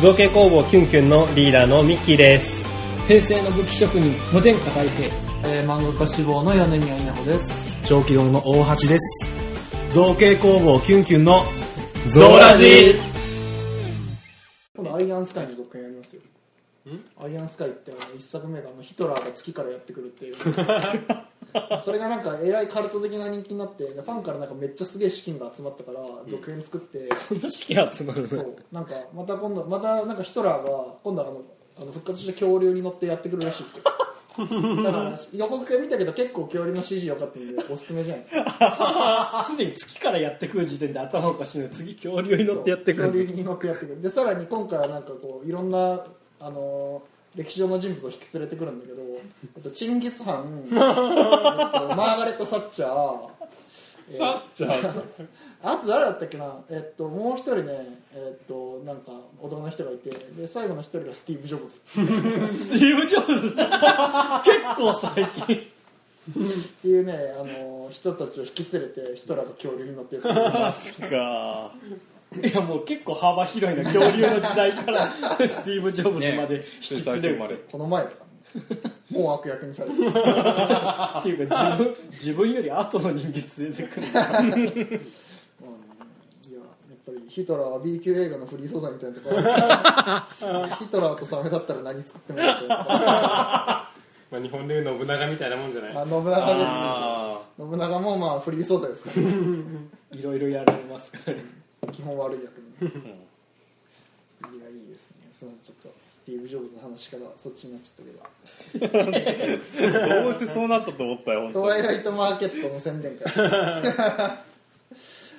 造形工房キュンキュンのリーダーのミッキーです。平成の武器職人、無天下大平。えー、漫画家志望の柳宮稲穂です。長期堂の大橋です造形工房キュンキュンのゾーラジこのアイアンスカイの続編やりますよ。アイアンスカイってあの一作目があのヒトラーが月からやってくるっていう。 それがなんかえらいカルト的な人気になってファンからなんかめっちゃすげえ資金が集まったから続編作って、そんな式集まるそのうなんかまた今度またなんかヒトラーが今度あのあの復活した恐竜に乗ってやってくるらしいですよだから予告編見たけど結構恐竜の CG 良かったんでおすすめじゃないですかすでに月からやってくる時点で頭おかしいの次恐竜に乗ってやってく恐竜る。に乗ってやってくるでさらに今回はなんかこういろんなあのー歴史上の人物を引き連れてくるんだけどえっとチンギス・ハ ンえっとマーガレット・サッチャーえーじゃあ、あと誰だったっけなえっともう一人ねえっとなんか男の人がいてで最後の一人がスティーブ・ジョブズスティーブ・ジョブズ 結構最近。っていうね、あの人たちを引き連れてヒトラーが恐竜に乗ってるだかいやもう結構幅広いな恐竜の時代からスティーブ・ジョブズまで引き継いでるっこの前だからねもう悪役にされてるていうか自分自分より後の人間連れてくるうんいややっぱりヒトラーは B 級映画のフリー素材みたいなところヒトラーとサメだったら何作ってもいいってまあまあ、日本でいう信長みたいなもんじゃない信長ですね信長もまあフリー素材ですから、ね、いろいろやられますからね基本悪い役にいやいいですねそのちょっとスティーブ・ジョブズの話からそっちになっちゃったけどどうしてそうなったと思ったよ本トワイライト・マーケットの宣伝会です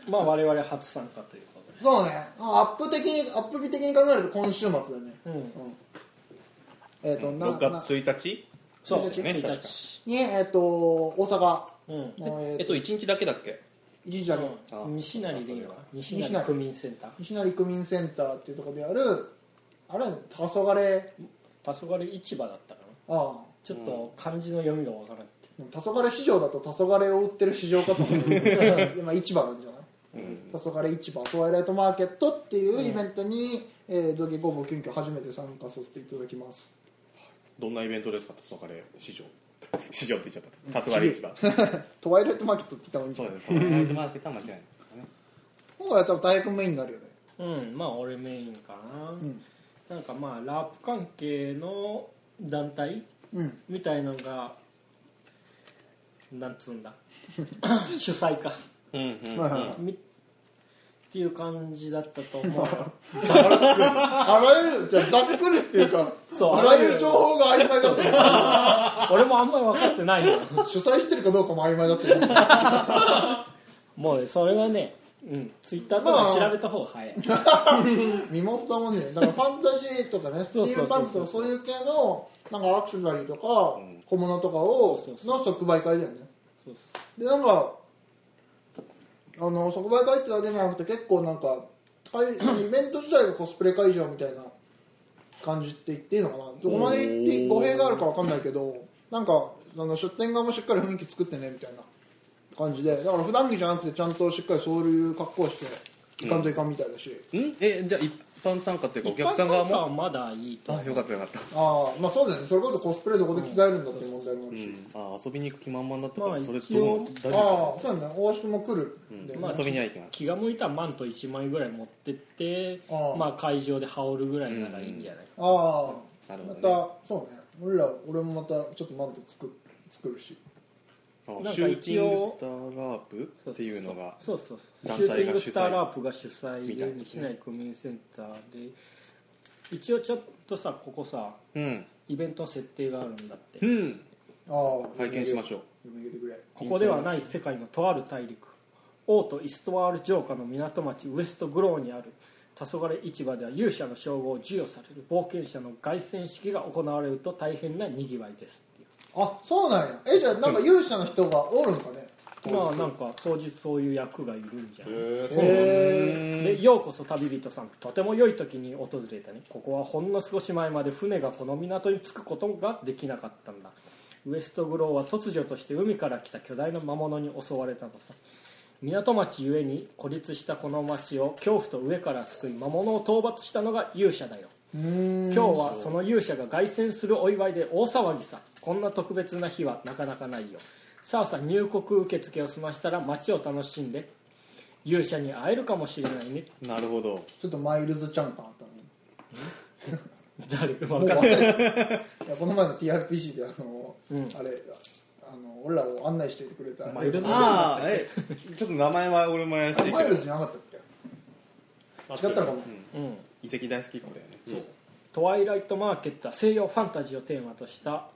まあ我々初参加というこそうねアップ的にアップ日的に考えると今週末だねとで、うん、うんえっ、とな6月1日そうそうですね1確か日、にえっ、と大うん阪のええっ、とっと1日だけだっけ一時だけ、あ西成でいいのか西成成区民センター西成区民センターっていうところでやるあれ黄昏黄昏市場だったかなああちょっと漢字の読みがわからなくてでも黄昏市場だと黄昏を売ってる市場かと思う 今市場なんじゃないうん黄昏市場トワイライトマーケットっていうイベントに、えー、造形工房研究初めて参加させていただきますどんなイベントですか黄昏市場 市場って言っちゃった黄昏市場トワイライトマーケットって言った方がいいんじゃ そうないですねマーケットは間違いないですかね今回は多分大学メインになるよねうんまあ俺メインかな、んなんかまあラップ関係の団体うんみたいのがなんつうんだ 主催かうんうんはいはいはいみっていう感じだったと思うあらゆるじゃあざっくりっていうかそうあらゆる情報が曖昧だった俺もあんまり分かってないの主催してるかどうかも曖昧だったよねもうそれはねうんツイッターとかで調べた方が早い、身も蓋 もねだからファンタジーとかねスチそうそうそうームそパうンツとかそういう系のなんかアクセサリーとか小物とかをそうその即売会だよねそうそうでなんかあの即売会ってだけじゃなくて結構なんか 会イベント自体がコスプレ会場みたいな感じって言っていいのかなどこまで言って語弊があるかわかんないけどなんかあの出店側もしっかり雰囲気作ってねみたいな感じでだから普段着じゃなくてちゃんとしっかりそういう格好をしていかんといかんみたいだし、うんえじゃあ一般参加っていうかお客さん側一般参も加はまだいいとあよかったよかったああまあそうですねそれこそコスプレどこで着替えるんだっていう問題もあるし、あ遊びに行く気満々だったかまあらそれともあ大丈夫あそうだね大橋君も来るんで、うんままああ、遊びには行きます気が向いたらマント1枚ぐらい持ってってああまあ会場で羽織るぐらいならいいんじゃない、あなるまほたどねそうね俺ら俺もまたちょっとマント作作るしなんか一応あシューティングスターラープっていうのがそうそうそ団うシ体ューテがィングスタ主ー催ラープが主催みでたいです西ね成区民センターで一応ちょっとさここさうんイベントの設定があるんだってうんああ拝見しましょう読み上げてくれここではない世界のとある大陸王都イストワール城下の港町ウエストグローにある黄昏市場では勇者の称号を授与される冒険者の凱旋式が行われると大変なにぎわいですっていうあそうなんやえじゃあなんか勇者の人がおるんかねまあなんか当日そういう役がいるんじゃへないーそうへえでようこそ旅人さんとても良い時に訪れたねここはほんの少し前まで船がこの港に着くことができなかったんだウエストグローは突如として海から来た巨大な魔物に襲われたとさ港町ゆえに孤立したこの町を恐怖と上から救い魔物を討伐したのが勇者だようー今ん日はその勇者が凱旋するお祝いで大騒ぎさこんな特別な日はなかなかないよさあさあ入国受付を済ましたら街を楽しんで勇者に会えるかもしれないねなるほどちょっとマイルズちゃん感あったね誰 かもう分か忘るれたいやこの前の TRPG であの、うんあれあの俺らを案内してくれたマイルズああえ ちょっと名前は俺も怪しいあけれどマイルズじゃなかったっけ違ったのかも、うん遺跡大好きっ子だよねそうトワイライトマーケットは西洋ファンタジーをテーマとした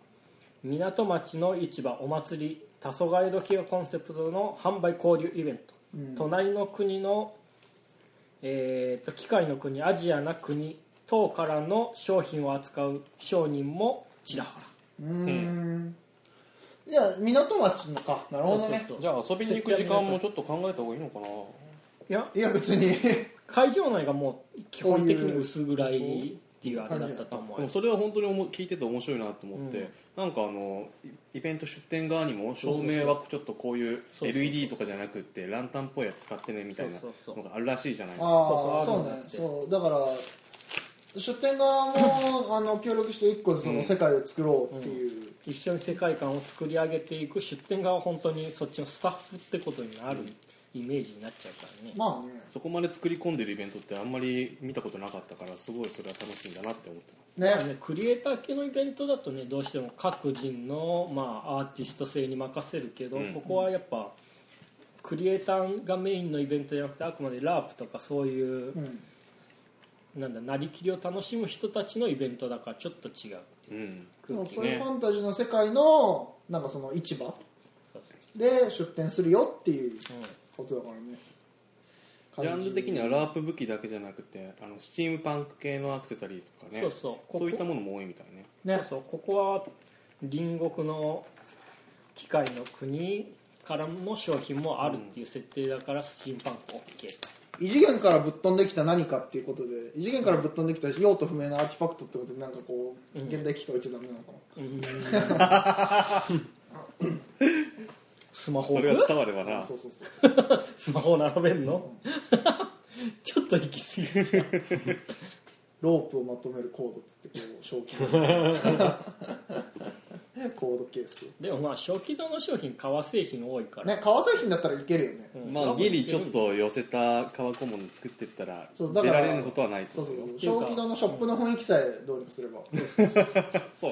港町の市場お祭り黄昏時がコンセプトの販売交流イベント、うん隣の国の、えー、と機械の国アジアな国等からの商品を扱う商人もちらほらうーんいや港町のかなるほどそうそねうそうじゃあ遊びに行く時間もちょっと考えた方がいいのかないやいや別 に会場内がもう基本的に薄暗いっていうあれだったと思でうもよそれは本当に思う聞いてて面白いなと思って、うんなんかあのイイベント出店側にも照明はちょっとこういうそうそうそう LED とかじゃなくってランタンっぽいやつ使ってねみたいなそうそうそうのがあるらしいじゃないですかああそうそうそうねそうだから出店側もあの協力して一個その世界を作ろうっていう、一緒に世界観を作り上げていく出店側は本当にそっちのスタッフってことになるイメージになっちゃうからね、まあねそこまで作り込んでるイベントってあんまり見たことなかったからすごいそれは楽しみだなって思ってますねまあねクリエイター系のイベントだとねどうしても各人の、まあ、アーティスト性に任せるけど、うんここはやっぱクリエイターがメインのイベントじゃなくてあくまでラープとかそういう、うんなんだなりきりを楽しむ人たちのイベントだからちょっと違ううん空気そうねいうファンタジーの世界のなんかその市場そうそうで出店するよっていうそううんことだからねジャンル的にはラープ武器だけじゃなくてあのスチームパンク系のアクセサリーとかねそうそうここそういったものも多いみたいねねそうそうここは隣国の機械の国からの商品もあるっていう設定だからスチームパンク OK 異次元からぶっ飛んできた何かっていうことで異次元からぶっ飛んできた用途不明なアーティファクトってことでなんかこううん現代機械打ちゃダメなのかな、うーんスマホそれが伝わればなそうそうそうスマホ並べん のちょっと行き過ぎですねロープをまとめるコードっつってこう正気 のコードケースでもまあ小規模の商品革製品多いから、ね革製品だったらいけるよね、うんまあギリちょっと寄せた革小物作ってったらそうだ出からられることはないとそうそう思うよそう小規模のショップの雰囲気さえどうにかすればそう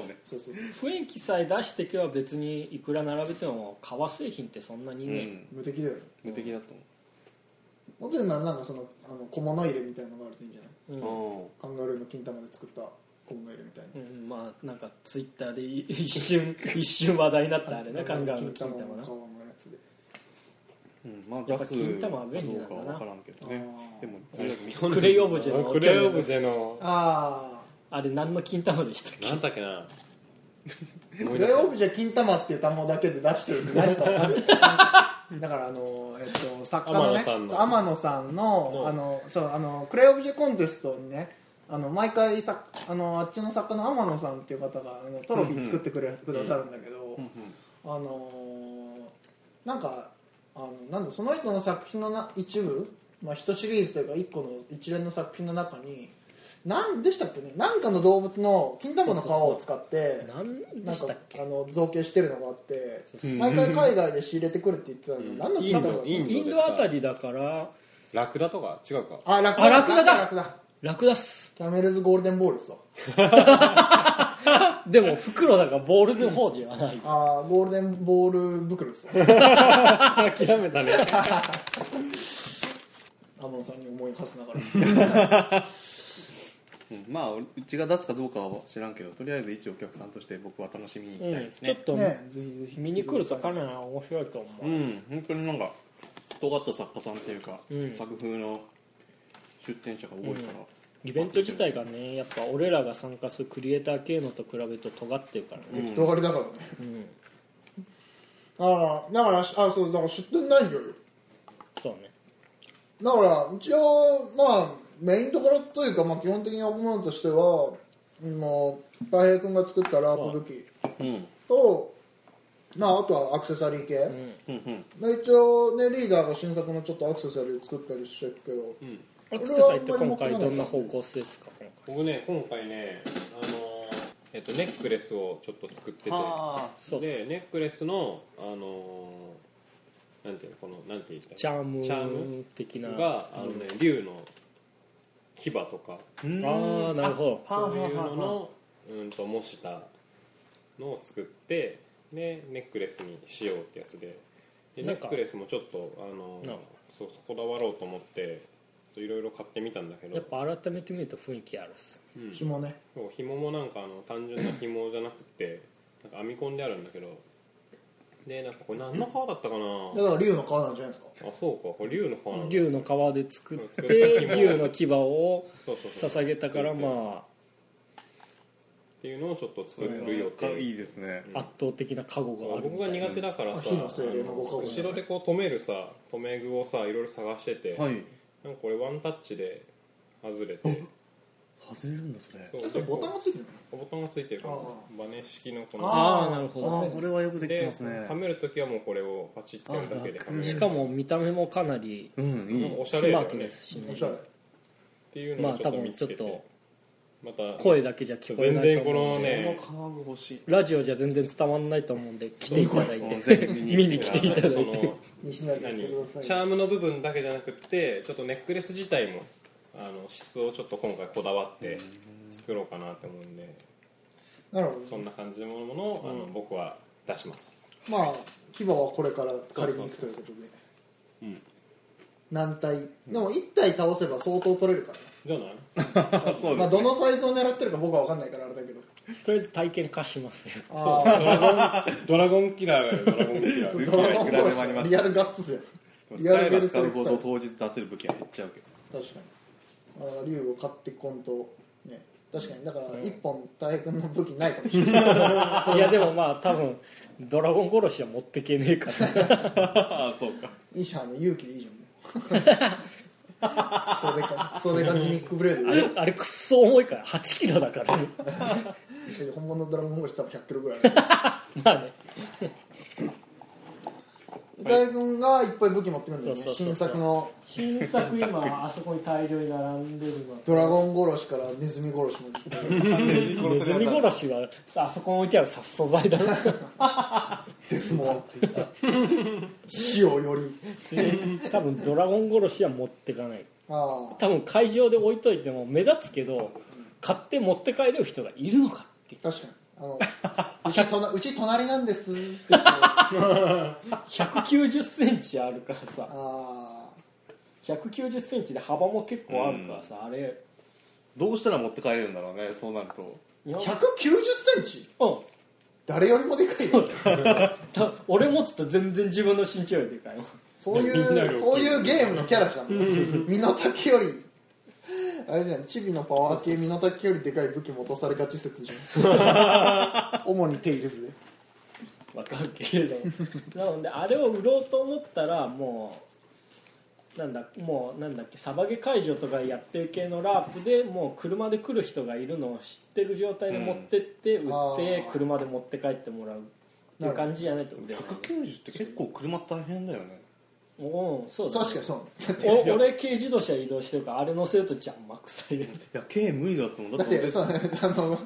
ねそうそうそう雰囲気さえ出してけば別にいくら並べても革製品ってそんなうにね、ん無敵だよね無敵だともっと言うならなんかそのあの小物入れみたいなのがあるといいんじゃないうん思うカンガルーの金玉で作った小物入れみたいなうん、まあなんかツイッターでい一瞬一瞬話題になったあれねカンガルーの金金玉玉のな皮のやつでうん、うん、まあやっ出ぱす金か玉はど便利なうだんかなは分からんけどねあーでもとりあえず見クレイオブジェのクレイオブジェ のああれ何の金玉でしたっなんだっけなあ思クい出せレイオブジェ金玉っていう単語だけで出してるんで何か分かるだからあの、えっと、作家の天ね野さんのそう天野さんのうんあのそうあのクレイオブジェコンテストにねあの毎回さあのあっちの作家の天野さんっていう方があのトロフィー作ってくれ、くださるんだけど、あのーなんかあのなんだその人の作品のな一部、まあ、一シリーズというか一個の一連の作品の中に何でしたっけね何かの動物の金玉の皮を使ってけ何なでんしたっかけあの造形してるのがあってう毎回海外で仕入れてくるって言ってたのに何の金玉だったのインドインドあたりだからラクダとか違うかあラクダあラクダだラクダラクダっすキャメルズゴールデンボールですわでも袋だからボールの方ではないあーゴールデンボール 袋ですわ諦めたね天野さんに思いはせながらうんまあうちが出すかどうかは知らんけどとりあえず一お客さんとして僕は楽しみに行きたいですちょねっとねぜひぜひ見に来るとかなり面白いと思ううん本当になんか尖った作家さんっていうか、うん作風の出展者が多いから、イベント自体がねやっぱ俺らが参加するクリエイター系のと比べると尖ってるからね人がりだからねうんああだからあそうだから出店ないよそうねだから一応まあメインところというか、まあ、基本的に僕ものとしてはもう太平君が作ったラープ武器うんと、まああとはアクセサリー系、うんうんまあ、一応ねリーダーが新作のちょっとアクセサリー作ったりしてるけど、うんアクセサリーって今回どんな方向性ですか今回僕ね今回ねあのーえっとネックレスをちょっと作っててあそうでネックレスのあのーなんていうのこのなんていうんですかチャームチャーム的ながあのね竜の牙とかあうんああなるほはあそういうのはあはあのうんと模したのを作ってでネックレスにしようってやつででネなんかックレスもちょっとあのなそうそうこだわろうと思っていろいろ買ってみたんだけどどやっぱ改めて見ると雰囲気あるっすうん紐ねそう紐もなんかあの単純な紐じゃなくてなんか編み込んであるんだけどでなんかこれ何の革だったかだなから竜の皮なんじゃないですかあそうかこれ竜の革なんだ竜の皮で作作っったて紐竜の牙をそうそうそう捧げたからあっまていうのをちょっと作こるれ予はか定いいですねうんあ圧倒的な加護がある僕が苦手だからあさ火の精霊のご加護後ろでこう止めるさ留め具をさいろいろ探してて、はいなんかこれワンタッチで外れて外れるんだそれそうえそれボタンがついてるボタンがついてるからあバネ式のこあのああなるほどああこれはよくできてでますねはめるときはもうこれをパチッてやるだけであはめるしかも見た目もかなりうんいなんかいおしゃスれだマよートねっですしのねおしゃれていうのまをあちょ多っと見分ちつょっけて、とまた声だけじゃ聞こえ全ない然こと思うのんでね革が欲しいラジオじゃ全然伝わんないと思うんで来ていただいもうぜてひ見に見に来ていただいそての西成やっ何てチくださいャームの部分だけじゃなくってちょっとネックレス自体もあの質をちょっと今回こだわって作ろうかなって思うんでなるほそどんな感じのものを、あの僕は出しますまあ規模はこれから借りに行くということでうん何体でも1体倒せば相当取れるからねじゃないそうまあですどねのサイズを狙ってるか僕は分かんないからあれだけどとりあえず体験化しますよあドラゴンキラーだよドラゴンキラあードラゴンボールいくらでもありますリアルガッツですよリア使えルベばル使セうルクほサイどズ当日出せる武器は減っちゃうけど確かにあー竜を買ってこんとね確かにだから1本大平君の武器ないかもしれないいやでもまあ多分ドラゴン殺しは持ってけねえからああそうかイシャーの勇気でいいじゃんも うクソデカクソデカギミックブレードであれくっそ重いから8キロだからね本物のドラゴンボールして多分100キロぐらいあるまあね大平君がいっぱい武器持ってくるんだよねそうそうそうそう新作の新作今あそこに大量に並んでるのドラゴン殺しからネズミ殺しまでネズネズミ殺しはさあそこに置いてある殺素剤だろですもん死をより多分ドラゴン殺しは持ってかないああ多分会場で置いといても目立つけど買って持って帰れる人がいるのかっていう確かにあ のうちとなうち隣なんですって言ってあ190センチあるからさあ190センチで幅も結構あるからさ、あれどうしたら持って帰れるんだろうねそうなると日1 9本0ンチうん誰よりもでかいよた俺持つと全然自分の身長よりでかいもんそういみんなより大うきいそういうゲームのキャラじゃん身の丈よりあれじゃんチビのパワー系身の丈よりでかい武器持たされがち説じゃん主にテイルズでわかるけれどもなのであれを売ろうと思ったらもうなんだもうなんだっけサバゲ会場とかやってる系のラープでもう車で来る人がいるのを知ってる状態で持ってってん売って、あー車で持って帰ってもらうっていう感じじゃないと売れない190って結構車大変だよねうんそうだ、ね確、かにそうお俺軽自動車移動してるからあれ乗せると邪魔くさいよねいや軽無理だと思うだだっっててそうねあの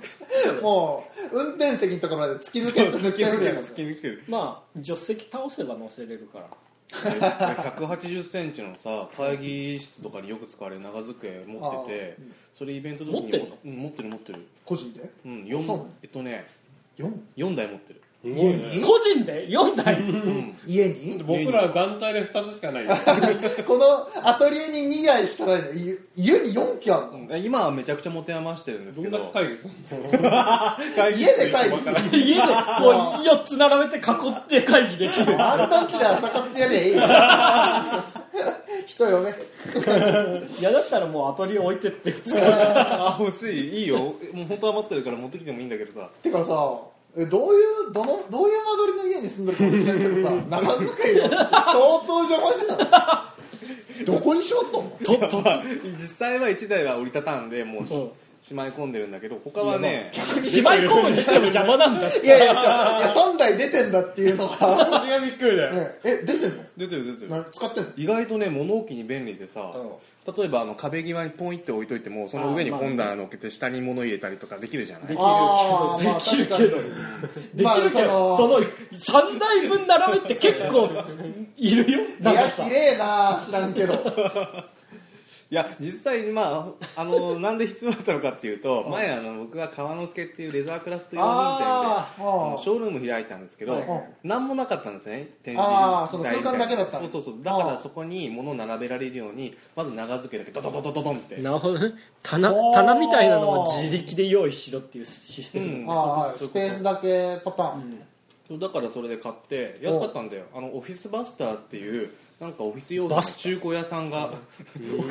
もう運転席のところまで突き抜けて突抜きけ抜るけけるど突き抜けるまあ助手席倒せば乗せれるから180センチのさ会議室とかによく使われる長机持っててあーうんそれイベントとかに持ってるのうん持ってる持ってる個人でうんそうなの四えっとね 4? 4台持ってるすご家いねに個人で4台うん家に僕ら団体で2つしかないよこのアトリエに2台しかないのい家に4機あるの、今はめちゃくちゃ持て余してるんですどけんどだけ会議する会家で会議する家でこう4つ並べて囲って会議できるあんたんちで朝活やりゃいいよ人呼べいやだったらもうアトリエ置いて って使う あ欲しいいいよもう本当余ってるから持ってきてもいいんだけどさてかさえどういうどのどういう間取りの家に住んでるかもしれないけどさ長机よ相当邪魔じゃんどこにしまったのとっと実際は1台は折りたたんでもうし、うんしまい込んでるんだけど他はねしまい込むにしても邪魔なんだっていやいやじゃあいや3台出てんだっていうのが、それがびっくりだよ、ね、え出てんの出てる出てるな使ってんの意外とね物置に便利でさ、例えばあの壁際にポンって置いといてもその上に本棚乗っけて下に物入れたりとかできるじゃない、あーまあできるけどでまあきるけどそそのの3台分並べって結構いるよいなんかやさ綺麗な知らんけどいや実際まああのなんで必要だったのかっていうと前あの僕が川之助っていうレザークラフト用品店であああのーショールーム開いたんですけど、はいはい何もなかったんですね展あーその空間だけだったそうそうそうだかあーらそこに物を並べられるようにまず長付けだけドドドドドドンって、なるほどね棚おー棚みたいなのを自力で用意しろっていうシステうム、んあーはいそうスそうペそーうスだけパターン、そうだからそれで買って安かったんだよあのオフィスバスターっていうなんかオフィス用品のバス中古屋さんがオフ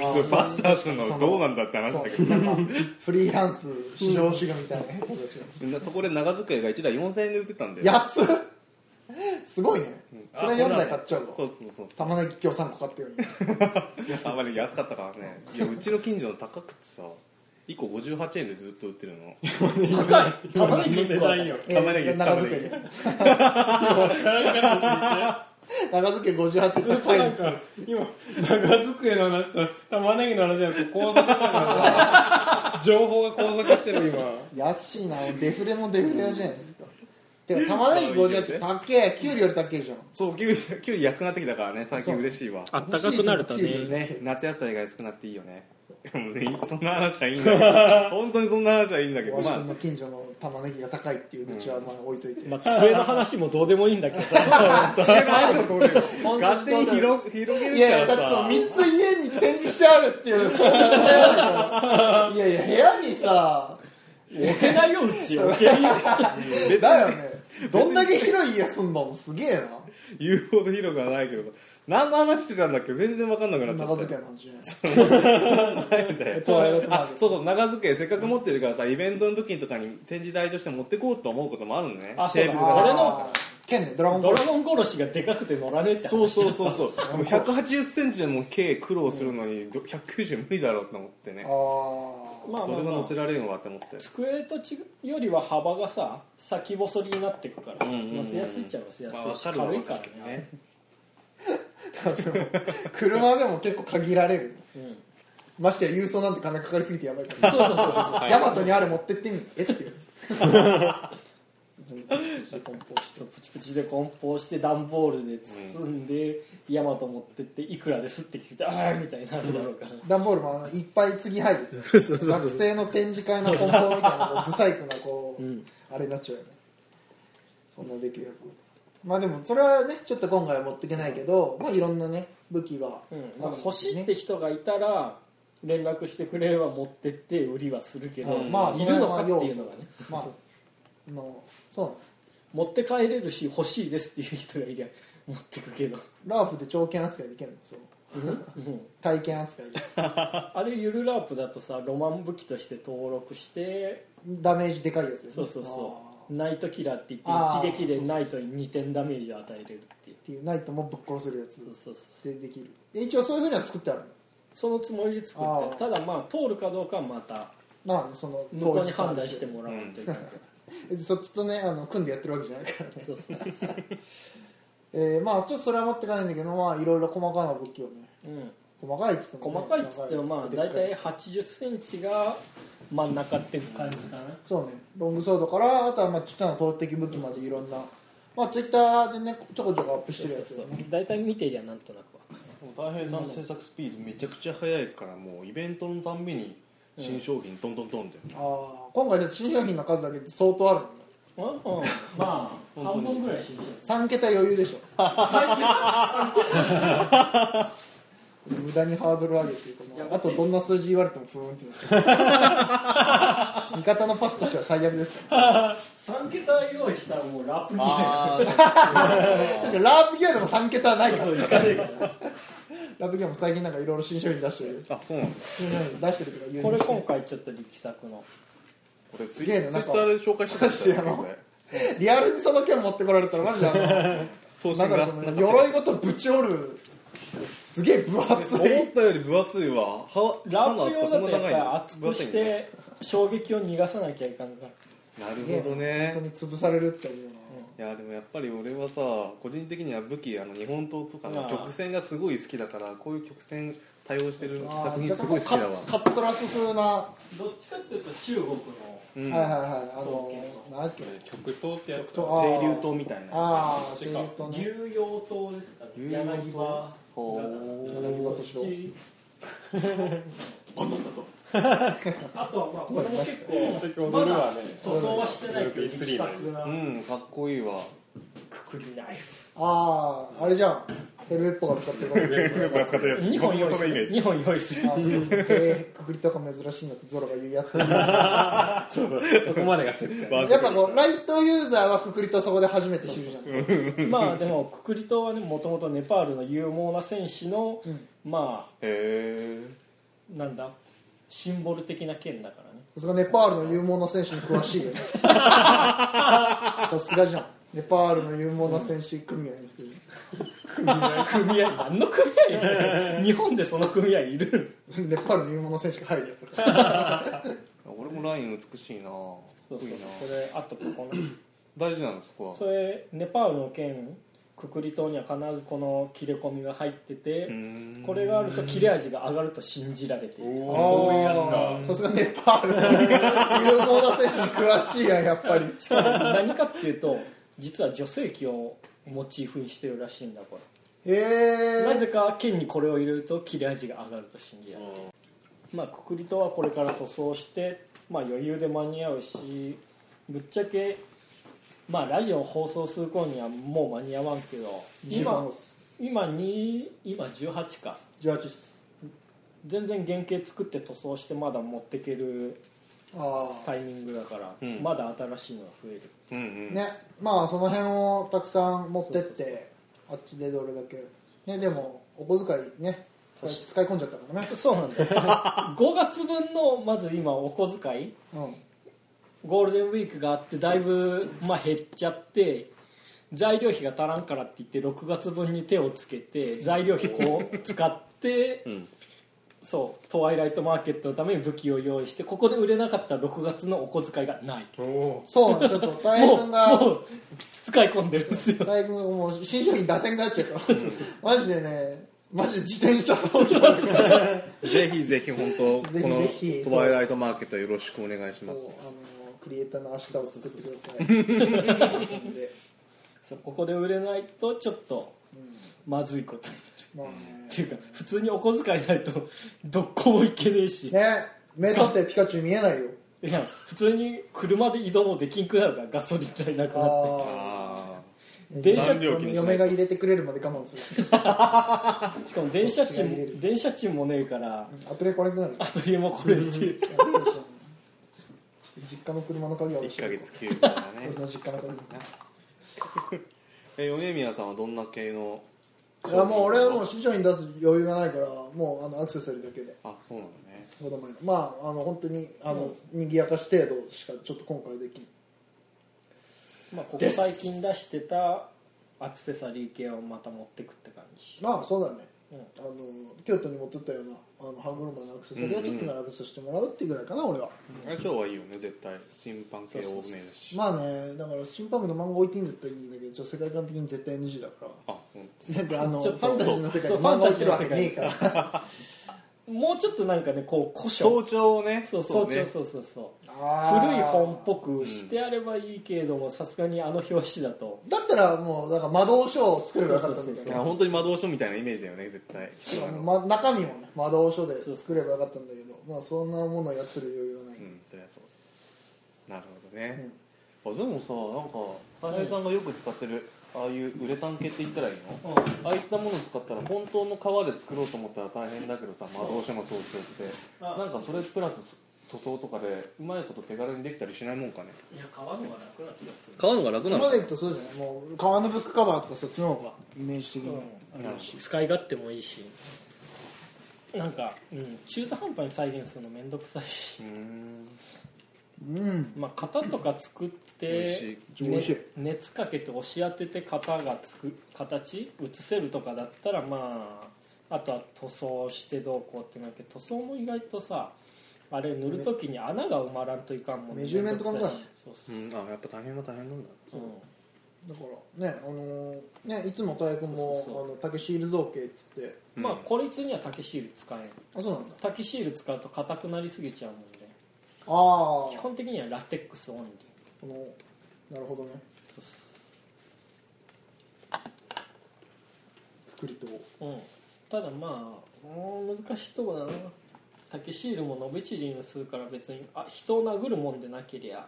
ィスバスターするのどうなんだって話そだけうなんかフリーランス市場主義みたいな人たちがどそこで長机が1台4000円で売ってたんだよ安っすごいねそれあ4台買っちゃうそわうそうそう玉ねぎ今日3個買ったよ ねあまり安かったからね いやうちの近所の高くてさ1個58円でずっと売ってるの高い玉ねぎ値1個あ段よ玉ねぎえー長漬け長漬け58するな回んですか今長机の話と玉ねぎの話じゃなくて工作の話情報が交錯してる今安いなデフレもデフレじゃないですかてか玉ねぎ58高え給料より高えじゃんそう給料給料安くなってきたからね最近嬉しいわあったかくなると欲しいね欲しいね夏野菜が安くなっていいよねもうねそんな話はいいんだけ ど本当にそんな話はいいんだけどわしまあ君の近所の玉ねぎが高いっていう愚痴はまあ置いといて、まあ、机の話もどうでもいいんだけどさ 勝手に広広げるいやいやかだってらそのさ3つ家に展示してあるって いう状態あるからいやいや部屋にさ置けないようち置けるよだよねどんだけ広い家住んだのすげえ言うほど広くはないけどさ何の話してたんだっけ全然分かんなくななっ長ちゃっ漬たけの話 ね前だよトワイライトマーあケットそうそう長漬けせっかく持ってるからさイベントの時とかに展示台として持ってこうと思うこともあるのねあそうだテーブル俺がの剣ねドラゴンボドールラゴン殺しがでかくて乗らねえってそうそうそうそう1 8 0ンチでもう計苦労するのにど190無理だろうと思ってねあまあそまあれまがあ乗せられるわって思って机とちよりは幅がさ先細りになってくからさうんうんうん乗せやすいっちゃ乗せやまあすいしわかるわ軽いからねねあ車でも結構限られるうんましてや郵送なんて金かかりすぎてやばいかそうそうそうそうらヤマトにあれ持ってってみえっていうそうプチプチで梱包して段ボールで包んでヤマト持ってっていくらですって聞いてああみたいになるだろうから段ボールもあのいっぱい継ぎはいですよ学生の展示会の梱包みたいなこうブサイクなこう、うんあれになっちゃうよねそんなできるやつまあでもそれはねちょっと今回は持っていけないけど、まあ、いろんなね武器が、うんなんか欲しいって人がいたら連絡してくれれば持ってって売りはするけど、うんまあいるのかっていうのがねまああのそう持って帰れるし欲しいですっていう人がいりゃ持ってくけど、ラープで条件扱いできるのそううん体験扱いであれゆるラープだとさロマン武器として登録してダメージでかいやつですそねうそうそあうナイトキラーって言っあーて一撃でナイトに2点ダメージを与えれるっていうーっていうナイトもぶっ殺せるやそうつそうそうでできるで一応そういうふうには作ってあるんだそのつもりで作あっーてただまあ通るかどうかはまたまあその向こうに判断してもらわないといけないそっちとねあの組んでやってるわけじゃないからねそうそうそうそうえー、まあちょっとそれは持ってかないんだけどまあいろいろ細かな動きをね うん細かいっつってもね、細かいっつってもまあでっか大体8 0ンチが真ん中っていう感じかなそうねロングソードからあとはまあちっちゃな投擲武器までいろんなまあツイッターでねちょこちょこアップしそてうるそやうそつようね大体見てりゃなんとなくわかる大平さんの制作スピードめちゃくちゃ速いからもうイベントのたんびに新商品トントントンって、ああ今回だって新商品の数だけで相当あるもんねうん うんまあ半分ぐらい死んじゃう3桁余裕でしょ無駄にハードル上げてこのあとどんな数字言われてもふーんってなって 味方のパスとしては最悪ですから3桁用意したらもうラップにああ 確かにラープギアでも3桁はないからそういかねえからラープギアも最近なんかいろいろ新商品出してるあそうなん新商品だ出してるとか言うこれにして今回ちょっと力作のこれツすイげえなツイッターで紹介してたんですなんよかこれリアルにその剣持ってこられたらマジであの投資なんがかその鎧ごとぶち折るすげえ分厚 い思ったより分厚いわはラップ刃用のだ厚さとやっぱり厚こんくしな長いの分厚いんだて衝撃を逃がさなきゃいかんからなるほどね本当に潰されるって思うないやでもやっぱり俺はさ個人的には武器あの日本刀とかあのあ曲線がすごい好きだからこういう曲線対応してるあ作ー品すごい好きだわカカットラス風な、はどっちかっていうと中国のうんいはいはいあの何だっけ極東ってやつ極か東あー清流刀みたいなああこっシちェかリとね流用刀ですかね流用刀柳葉ほう柳葉敏郎 あとはまあこれも結構踊まるわだね塗装はしてないけど力作なうんかっこいいわくくりナイフあああれじゃんヘルメットが使ってるから使って2本用意する2本用意するあーそうそうえーくくりとか珍しいなってゾロが言うやつやそうそうそこまでが設定バっぱこうライトユーザーはくくりとそこで初めて知るじゃんまあでもくくりとはねもともとネパールの有望な戦士の、うんまへあなんだシンボル的な剣だからねさすがネパールの有望な選手に詳しいよねさすがじゃんネパールの有望な選手組合の人に 組合何の組合 や日本でその組合いるネパールの有望な選手が入るやつだえ俺もライン美しいなかっこいそうそういこなれあとここの大事なのそこはそれネパールの剣くくり刀には必ずこの切れ込みが入ってて、うーんこれがあると切れ味が上がると信じられているそういうやつあーがさすがネパールの有望な選手に詳しいやんやっぱりしかも何かっていうと実は女性器をモチーフにしてるらしいんだこへれなえぜか剣にこれを入れると切れ味が上がると信じられる、まあくくりとはこれから塗装して、まあ、余裕で間に合うしぶっちゃけまあラジオ放送する頃にはもう間に合わんけど今今に今18か18っす全然原型作って塗装してまだ持ってけるああタイミングだから、うんまだ新しいのが増えるうんうんねまあその辺をたくさん持ってってあっちでどれだけねでもお小遣いね使い使い込んじゃったからねそうなん だよ5月分のまず今お小遣いうんゴールデンウィークがあってだいぶ、まあ、減っちゃって材料費が足らんからって言って6月分に手をつけて材料費こう使ってうんそうトワイライトマーケットのために武器を用意してここで売れなかった6月のお小遣いがないおおそうなのちょっと大変もう君がもう使い込んでるんですよ大学もう新商品打線になっちゃうからマジでねマジ自転車操業だからぜひぜひ本当ぜひこのぜひ「トワイライトマーケット」よろしくお願いしそまうすあのクリエイターの明日を作ってくださいでそうここで売れないとちょっとまずいことになるもうっていうか普通にお小遣いないとどっこも行けねえし、ねね目指せピカチュウ見えないよいや普通に車で移動もできんくなるからガソリン代なくなってああー電車残量気にしない嫁が入れてくれるまで我慢するしかも電車どっちが入れ賃る電車賃もねえからアトリエ来なくなるアトリエもこれっていうやべえじゃんちょっと実家の車の鍵はあ俺1知ヶらん月休暇だね俺の実家の鍵え米宮さんはどんな系のいやもう俺はもう新商品出す余裕がないからもうあのアクセサリーだけであそうなのね子供へのまああの本当にあの、賑やかし程度しかちょっと今回できんまあここです最近出してたアクセサリー系をまた持ってくって感じまあそうだね、うんあの京都に持ってったようなあの歯車のアクセサリーをちょっと並べさせてもらうっていうぐらいかな、俺はあれ今日はいいよね絶対審判系多めだしまあねだから新パンクの漫画置いていいんだったらいいんだけどちょっと世界観的に絶対 NG だからあうんだってあのちフょっとァンタジーの世界そにう漫画置いてるわけねえからもうちょっとなんかねこう古書早朝をねそうそうねそうそうそうあー古い本っぽくしてあればいいけれどもさすがにあの表紙だとだったらもうなんか魔導書を作ればよかったんだそうけそうあど本当に魔導書みたいなイメージだよね絶対ま中身もね魔導書で作ればよかったんだけどまあそんなものをやってる余裕はない、うんそりゃそうなるほどね、あでもさなんか大平さんがよく使ってるああいうウレタン系って言ったらいいの、ああいったもの使ったら本当の革で作ろうと思ったら大変だけどさ魔導書の装置ってあなんかそれプラス塗装とかでうまいこと手軽にできたりしないもんかねいや買わのが楽な気がする買うのが楽ここまでいくとそうじゃないもう革のブックカバーとかそっちの方がイメージ的にはあれだし、使い勝手もいいしなんか、うん、中途半端に再現するの面倒くさいしう、んうんまあ、型とか作っ美味して、い美味しいね熱かけて押し当てて型がつく形写せるとかだったらまああとは塗装してどうこうっていうのだけど塗装も意外とさあれ塗る時に穴が埋まらんといかんもんメジューメント考えなめんどくいさいしそうそううんあやっぱ大変は大変なんだうだからねあのーねいつも大君もそうそうそうあの竹シール造形っつってんまあこいつには竹シール使えんあそうなんだ竹シール使うと硬くなりすぎちゃうもんねああ基本的にはラテックスオンリーこのなるほどねそうそくくりとううんただまあうん難しいとこだな竹シールも伸び縮みするから別にあ人を殴るもんでなけりゃ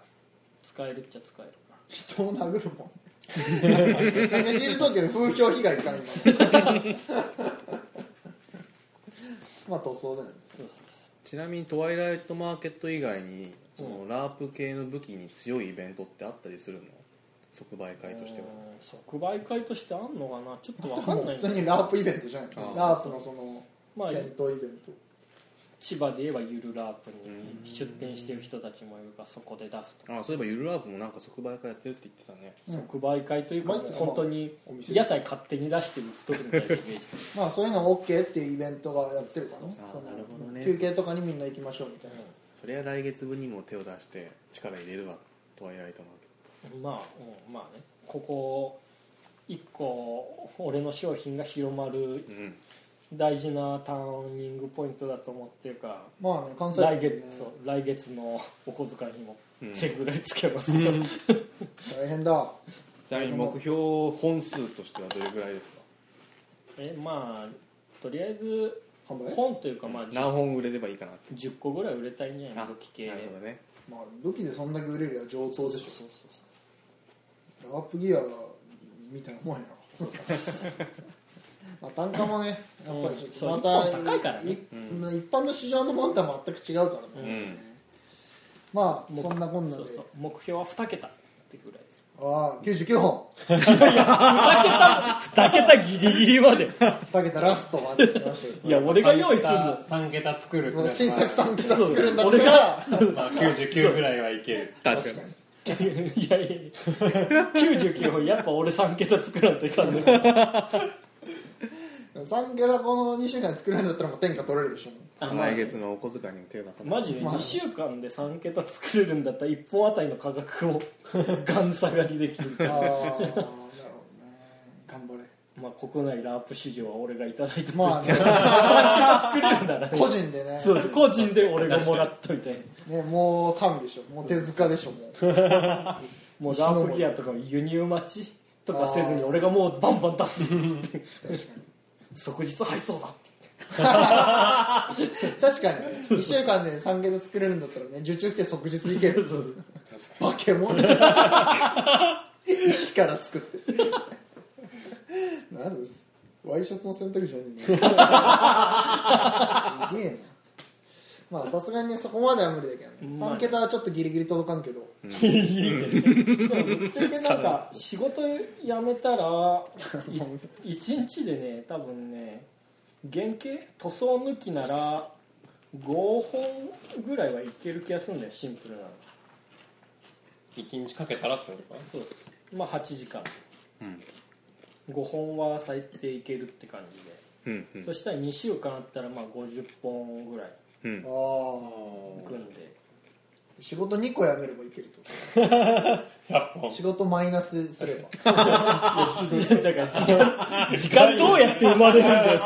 使えるっちゃ使えるから人を殴るもん竹シール造形で風評被害か今まあ塗装だよねそうそうそちなみにトワイライトマーケット以外にその、うラープ系の武器に強いイベントってあったりするの即売う会としてはうん即売会としてあんのかなちょっとわかんないんだ普通け どにラープイベントじゃないあーラープのそのまあ戦闘イベント千葉で言えばゆるラープうんに出店してる人たちもいるからそこで出すとかあそういえばゆるラープもなんか即売会やってるって言ってたねうん即売会というかまもあう本当にお店屋台勝手に出して売っとくみたいなイメージまあそういうのを OK っていうイベントがやってるからねあーそのなるほどね休憩とかにみんな行きましょうみたいな、そりゃ来月分にも手を出して力入れるわトワイライトマーケッうんまあ、うん、まあねここ一個俺の商品が広まるトうん大事なターニングポイントだと思ってるからまあね関西来圏ね月そう来月のお小遣いにもうん手ぐらいつけます、大変だちなみに目標本数としてはどれぐらいですか えまあとりあえず販売本というかまあ何本売れればいいかなって10個ぐらい売れたいんじゃないあ武器系なるほどねまあ武器でそんだけ売れるや上等でしそうそうょラープギアみたいなもんやろ まあ単価もねやっぱりちょっうとんまた、そう一本高いからねい一般の市場のもんとは全く違うからね、うん、まあもうそんなこんなでそうそう目標は2桁ってぐらいああ99本2桁ギリギリま で2桁ラストまで行きましょうよいや俺が用意するの3桁作るってそなのったら新作3桁作るんだっ俺たらがまあ99ぐらいはいける確かに いやいやいや99本やっぱ俺3桁作らんといか んねあ3桁この2週間で作れるんだったらもう天下取れるでしょさあ来月のお小遣いにも手を出さないマジで2週間で3桁作れるんだったら1本あたりの価格を ガン下がりできるああなるほどね頑張れまあ国内ラープ市場は俺がいただいてまあね作れるんだな個人でねそうそう個人で俺がもらっといてねもう神でしょもう手塚でしょもうもうラープギアとか輸入待ちとかせずに俺がもうバンバン出すって即日配送だって確かに2週間で3桁作れるんだったらね受注って即日いけそうるそうバケモンじゃん一から作ってなんですワイシャツの選択肢じゃねえんだよすげえなまあさすがにねそこまでは無理だけどねうん3桁はちょっとギリギリ届かんけどでもぶっちゃけなんか仕事辞めたらい1日でね多分ね原型塗装抜きなら5本ぐらいはいける気がするんだよシンプルなの1日かけたらってことかそうですまあ8時間うん5本は最低いけるって感じで、うんうんそしたら2週間あったらまあ50本ぐらいうんああ組んで仕事2個やめればいけると 100本仕事マイナスすれば だから時間時間どうやって生まれるんだよ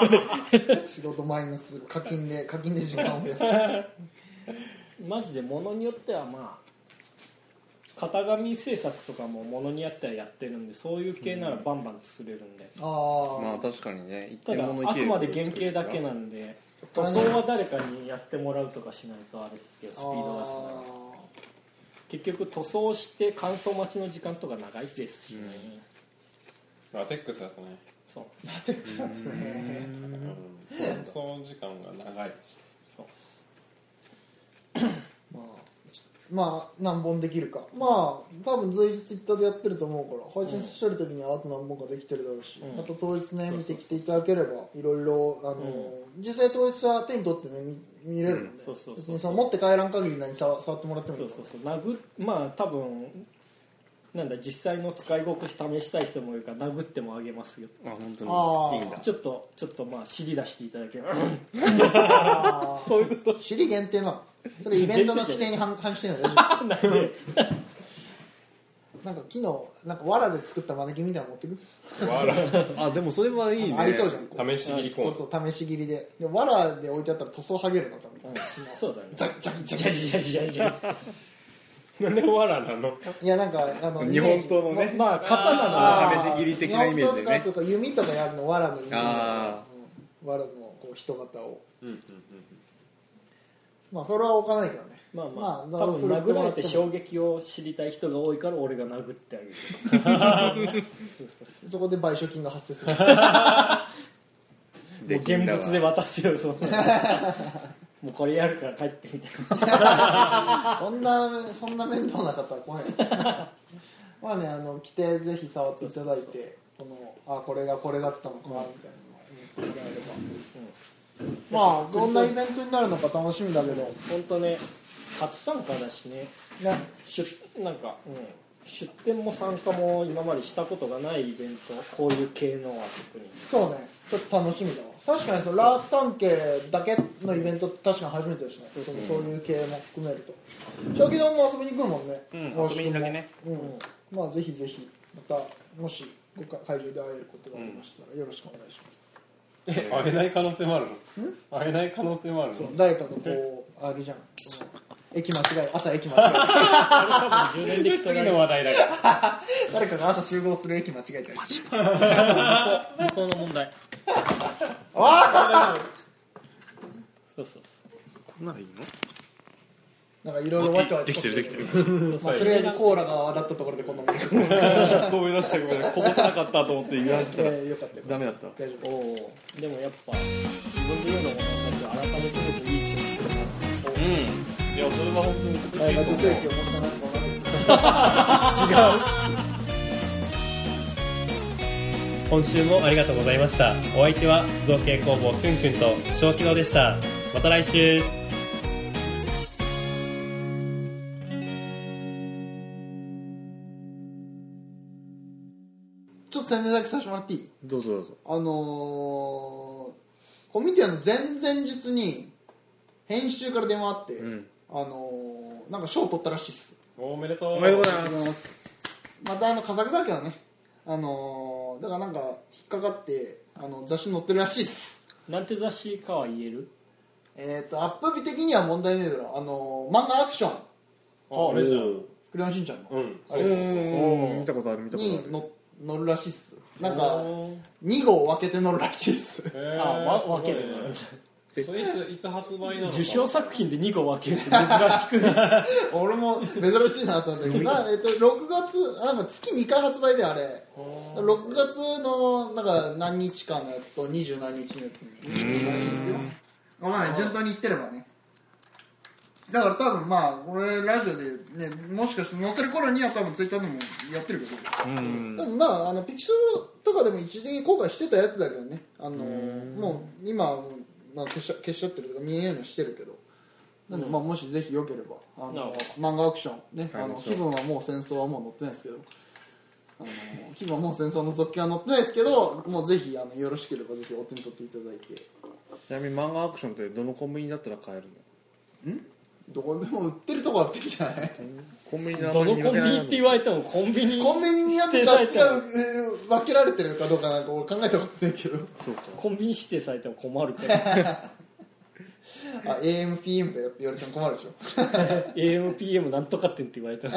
それ仕事マイナスすれば課金で課金で時間を増やすマジで物によってはまあ型紙制作とかも物によってはやってるんでそういう系ならバンバン作れるんで、ああ、まあ確かにね一た点だ物一あくまで原型だけななんで塗装は誰かにやってもらうとかしないとあれですけどスピード出すのに結局塗装して乾燥待ちの時間とか長いですしね、ラテックスだとねそうラテックスなんですねうん乾燥時間が長いしそうまあちょまあ何本できるかまあ多分随時ツイッターでやってると思うから配信してる時にはあと何本かできてるだろうし、うんまた当日ねそうそう見てきていただければいろいろあの、実際当日は手に取ってね見見れるもんねうんそうそうそう別にその持って帰らん限り何触触ってもらってもいそいうかそうそう殴っまあ多分なんだ実際の使い心地試したい人もいるから殴ってもあげますよあ本あ当ーにいいんだちょっとちょっとまあ尻出していただければ あそういうことー知り限定なのそれイベントの規定に反反してるの大丈なんで夫なんか昨日なんか藁で作った招きみたいなの持ってくわらあでもそれはいいねありそうじゃんこう試し切りコーそンうそう試し切りでで藁で置いてあったら塗装剥げるな多 分そうだねザキザキザじゃキじゃじゃじゃなんでわらなのいやなんかあの日本刀のねまあ刀ならあ試し切り的なイメージでね日本刀とか弓とかやるの藁のイメージだからあうん藁のこう人型をうんうんまあそれは置かないけどねまあまあまあ多分殴られて衝撃を知りたい人が多いから俺が殴ってあげるそうそうそそこで賠償金が発生するうもう現物で渡すよそんなもうこれやるから帰ってみたいなそんなそんな面倒な方は来ない まあねあの規定ぜひ触っていただいてこのあこれがこれだったのかみたいなのを見てもらえれば、まあどんなイベントになるのか楽しみだけどね本当ね初参加だしね出なんか、うん、出店も参加も今までしたことがないイベントこういう系のは特にそうねちょっと楽しみだわ確かにそのラー関係だけのイベントって確かに初めてですねそのそういう系も含めると正気丼も遊びに来るもんね、うん公式も遊びにだけね、うん、まあぜひぜひまたもしごか会場で会えることがありましたらよろしくお願いします、え会えない可能性もあるの会えない可能性もあるの誰かがこうあれじゃんその駅間違え朝駅間違え多分10年できた次らの話題だから誰かが朝集合する駅間違えたりして向こうの問 題そうそうこんならいいなんかいろいろわちゃわちゃできてるできてるそうまあ、とりあえずコーラが当たったところでこんなもん、のごめんなさいごめんなさいこぼさなかったと思って言わしたらえー、よかったよダメだった大丈夫おおーでもやっぱ自分で言うのもなんだけど改めて言うといい気がするなうんいやそれは本当に美しいと大思う学女性器を模したなんかわかる今週もありがとうございましたお相手は造形工房くんくんと小規模でしたまた来週ちょっと宣伝だけさせてもらっていいどうぞどうぞあのー、コミュニティアの前々日に編集から電話あって、んあのー、なんか賞取ったらしいっすおめでとうおめでとうございますまたあの飾りだけどねあのー、だからなんか引っかかってあの雑誌載ってるらしいっすなんて雑誌かは言えるえっ、ー、とアップ日的には問題ねえだろあのー、漫画アクションああれじゃんクレヨンしんちゃんの、うんあれっすおお見たことある見たことあにるの乗るらしいっすなんか2号を分けて乗るらしいっすああわ分けるそれいついつ発売なのか受賞作品で2個分けるって珍しくない俺も珍しいなと思ったけど な、えっと、6月あなんか月2回発売であれ6月のなんか何日かのやつと二十何日のやつにまあね順当にいってればねだから多分まあこれラジオでねもしかして載せる頃には多分ツイッターでもやってるけどうんでもまああのピクシブとかでも一時的に後悔してたやつだけどねあのもう今はもう、まあ、消しちゃ消しちゃってるとか見えんようにはしてるけどなんで、まあ、もしぜひよければあなるのほ漫画アクションね、はいあのもち気ろ分んはもう戦争はもう載ってないですけどあの気分はもう戦争の続きは載ってないですけどもうぜひあのよろしければぜひお手に取っていただいてちなみに漫画アクションってどのコンビニだったら買えるのどこでも売ってるとこは売ってるじゃないコンビニの どのコンビニって言われてもコンビニコンビニにあって指定され雑誌てもがうう分けられてるかどうかなんか俺考えたことないけどそうかコンビニ指定されても困るからあ AMPM だよって言われても困るでしょ AMPM なんとか店って言われたら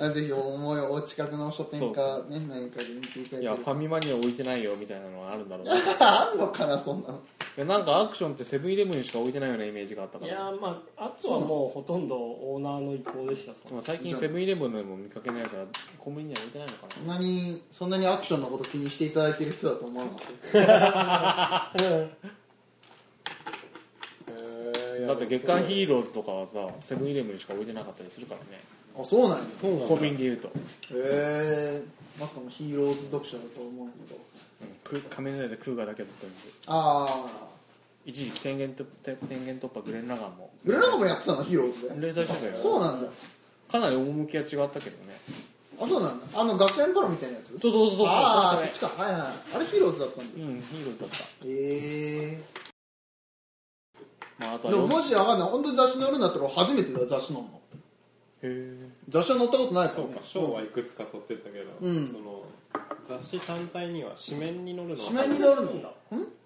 あぜひお思いをお近くの書店そかね何かで見ていただいけやるファミマには置いてないよみたいなのはあるんだろうないああんのかなそんなのやなんかアクションってセブンイレブンにしか置いてないようなイメージがあったかいらやーまああとはもうほとんどオーナーの意向でしたさでも最近セブンイレブンでも見かけないからコンビニには置いてないのかそんなにそんなにアクションのこと気にしていただいてる人だと思わなかったなだって月刊ヒーローズとかはさセブンイレブンにしか置いてなかったりするからねあそうなんやそうなんだコンビニで言うとへえまさかのヒーローズ読者だと思うんだけどく仮面ライダークーガーだけはずっと見てるああ一時期天元突天元突破グレン・ラガンもグレナゴもやってたのヒーローズで連載してたよそうなんだかなり趣が違ったけどねあそうなんだあの学園プロみたいなやつそうそうそうそうああそそっれちかはいはいあれヒーローズだったんだそれうんヒーローズだったええまああとではもよへもし分かんない本当に雑誌乗るんだったら初めてだよ雑誌乗るのえ雑誌は乗ったことないからそうねか賞はいくつか取ってたけど、うんその雑誌単体には紙面に載るのは紙面に乗るのんだ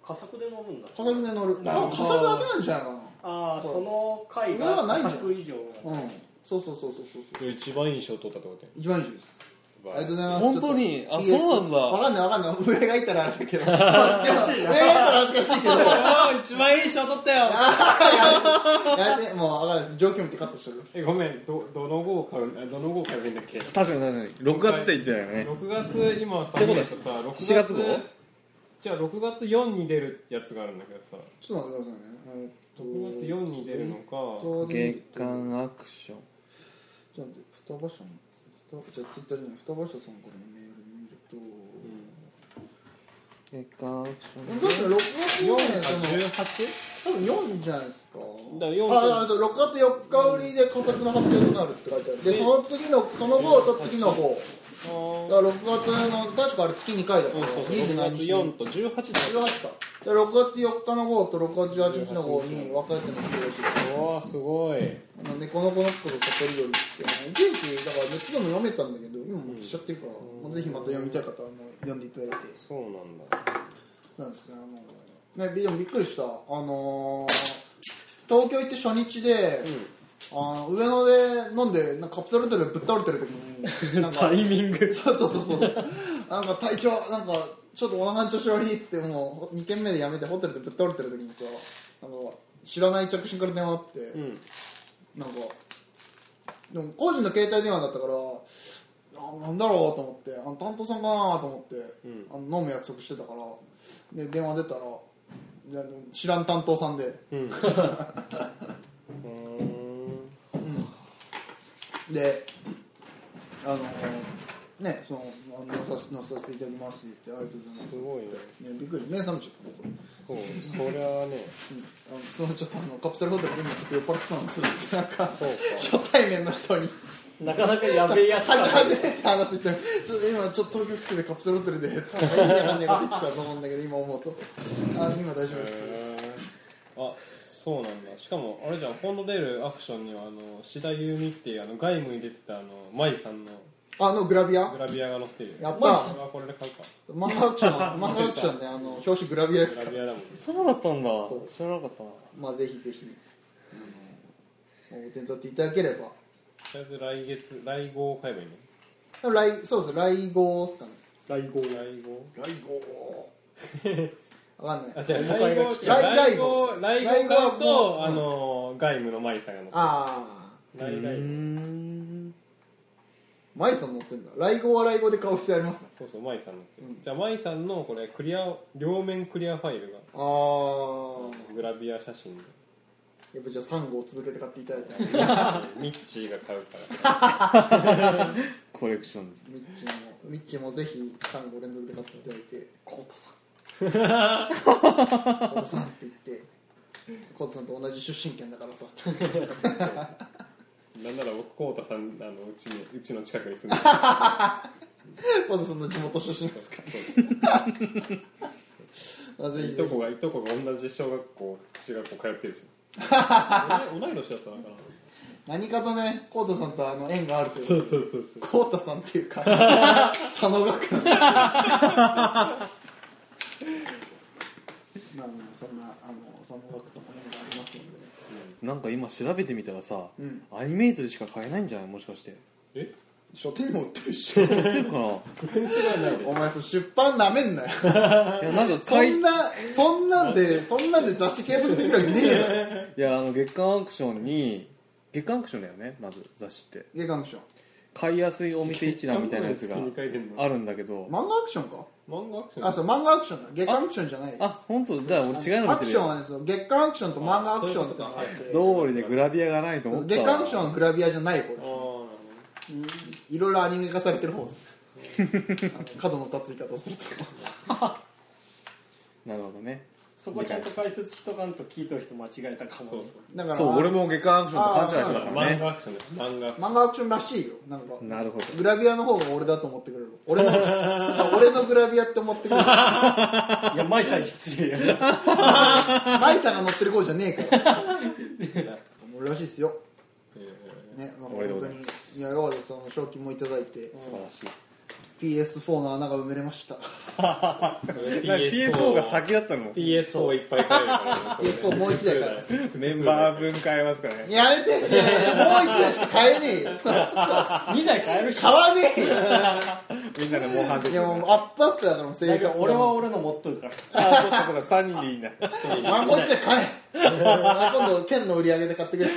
加速で飲むんだ加速で乗るなるほあど加速だけなんじゃないかああその回上はがないんじ加ゃん速以上なうんそうそうそうそうそうそう一番いい賞取ったってことや一番いいです素あ晴りらしがというございます本当ちょにっとあそうなんだわかんないわかんない上がいたらあれだけど上がいたら恥ずかしいけどあー一番いい賞取ったよやめてもう分かんないです状況見てカットしてるえごめんどどの号買うんあどの号買うんだっけ確かに確かに6月って言ってたよね6月今さてこと見はるとさ6 7月号じゃあ6月4に出るやつがあるんだけどさちょっと待ってくださいね6月え4に出るのーっかと月間アクションちょっと待って双葉社の双じゃあツイッターじゃない双葉社さんからのメールで見ると、月間アクシえどうした6月4 4か日でも 18? 多分4じゃないですかだから4ああそう6月4日売りで価格の発表となるって書いてあるでその次のその号と次の号あーだから6月の確かあれ月2回だかそうらそうそう27 6月日4と18だ18かで6月4日の号と6月18日の号に分かれてますよろしいですうわーすごいなんでこの子のこと悟りよりっていちいちだからネットでも読めたんだけど今もう消しちゃってるから、もうぜひまた読みたい方はもう読んでいただいてそうなんだなんですねあのねでもびっくりしたあのー、東京行って初日で、あの上野で飲んでなんかカプセルホテルでぶっ倒れてる時 になんかタイミングそうそうそうそうなんか体調なんかちょっとお腹の調子悪いっつってもう2軒目でやめてホテルでぶっ倒れてる時にさなんか知らない着信から電話あって、うんなんかでも個人の携帯電話だったからあなんだろうと思ってあの担当さんかなと思って、あの飲む約束してたからで電話出たらであの知らん担当さんでうーんであのねそのあ乗させ乗させていただきますって言ってありがとうございますすごいねねびっくり目覚めちゃったんですよそうそりゃあねうんあのそのちょっとあのカプセルホテルでもちょっと酔っ払ってたんですなんかそうか初対面の人になかなかやべえやつ だ初めて話してちょっと今ちょっと東京来ててカプセルホテルで意味わかんないこと言ってたと思うんだけど今思うとあ今大丈夫ですあそうなんだしかもあれじゃん今度出るアクションにはあの志田優美っていうあの外務に出てたあの舞さんのあのグラビアグラビアが載ってるよやった舞さんはこれで買うかマンハアクションマンハアクションねあの表紙グラビアですグかラらビアだもんねそうだったんだそう知らなかったなまあぜひぜひあのお手に取っていただければとりあえず来月来号を買えばいいの来そうです来号っすかね来号来号来号わかんなあい違う来号来号来来号来号来号買う来号とあの外務の舞さんが載ってあある来う来ー号んマイさん乗ってんだ来号は来号で買う必要ありますねそうそう舞さん載ってるじゃあ舞さんのこれクリア両面クリアファイルがああグラビア写真でやっぱじゃあ3号続けて買っていただいてミッチーが買うからコレクションですミッチーもミッチーもぜひ3号連続で買っていただいて「コウタ さん」「コウタさん」って言ってコウタさんと同じ出身県だからさなんなら僕浩太さんあのうちにうちの近くに住んでるコウタさんの地元出身です かそうらぜひいとぜこがいとこが同じ小学校中学校通ってるし同い同い年だったのかなひ何かとねコウタさんとあの縁があるというそうそうそうそうコウタさんっていう か佐野 学園まああのそんなあの佐野学とも縁がありますのでなんか今調べてみたらさ、うんアニメイトでしか買えないんじゃないもしかしてえ書店にも売ってるっしょ売ってるかなお前その出版なめんなよ いやなんかそ買いんなそんなんでそんなんで雑誌継続できるわけねえよいやあの月刊アクションに月刊アクションだよねまず雑誌ってゲーガンアクション買いやすいお店一覧みたいなやつ月が刊アクションに書いてんのあるんだけど漫画アクションか漫画アクションあそう漫画アクションだゲーガンアクションじゃないあ本当だ俺違うアの見てクるションよはねその月刊アクションと漫画アクションってのがあって通りでグラビアがないと思った月わ刊アクションはグラビアじゃない方であーすいろいろアニメ化されてる方ですあの角の立つ言い方をするとなるほどねそこちゃんと解説しとかんと聞いとる人間違えたかもそうねだからそう俺も月刊アクションと勘違いしてたそうから漫ね画アクションです漫画アクショ漫画アクションらしいよなんかなるほどグラビアの方が俺だと思ってくれる俺のなんか俺のグラビアって思ってくれるいや舞さんに失礼やなマイさんが乗ってる方じゃねえから俺らしいっすよンええね、まあ、おめでとう本ご当ざいにいやよかったですあの賞金もいただいて素晴らしい PS4 の穴が埋めれましたなんか PSO が先だったの PS4 をいっぱい買えるから PS4 もう一台からメンバー分買えますからねやめていやいやもう一台しか買えねえよ2台買えるし買わねえよみんなでモンハンでいきやるもうアップアップだからもう生だ活けどが俺は俺の持っとるからあそうかそうか3人でいいんだまあこっちで買え今度県の売り上げで買ってくれ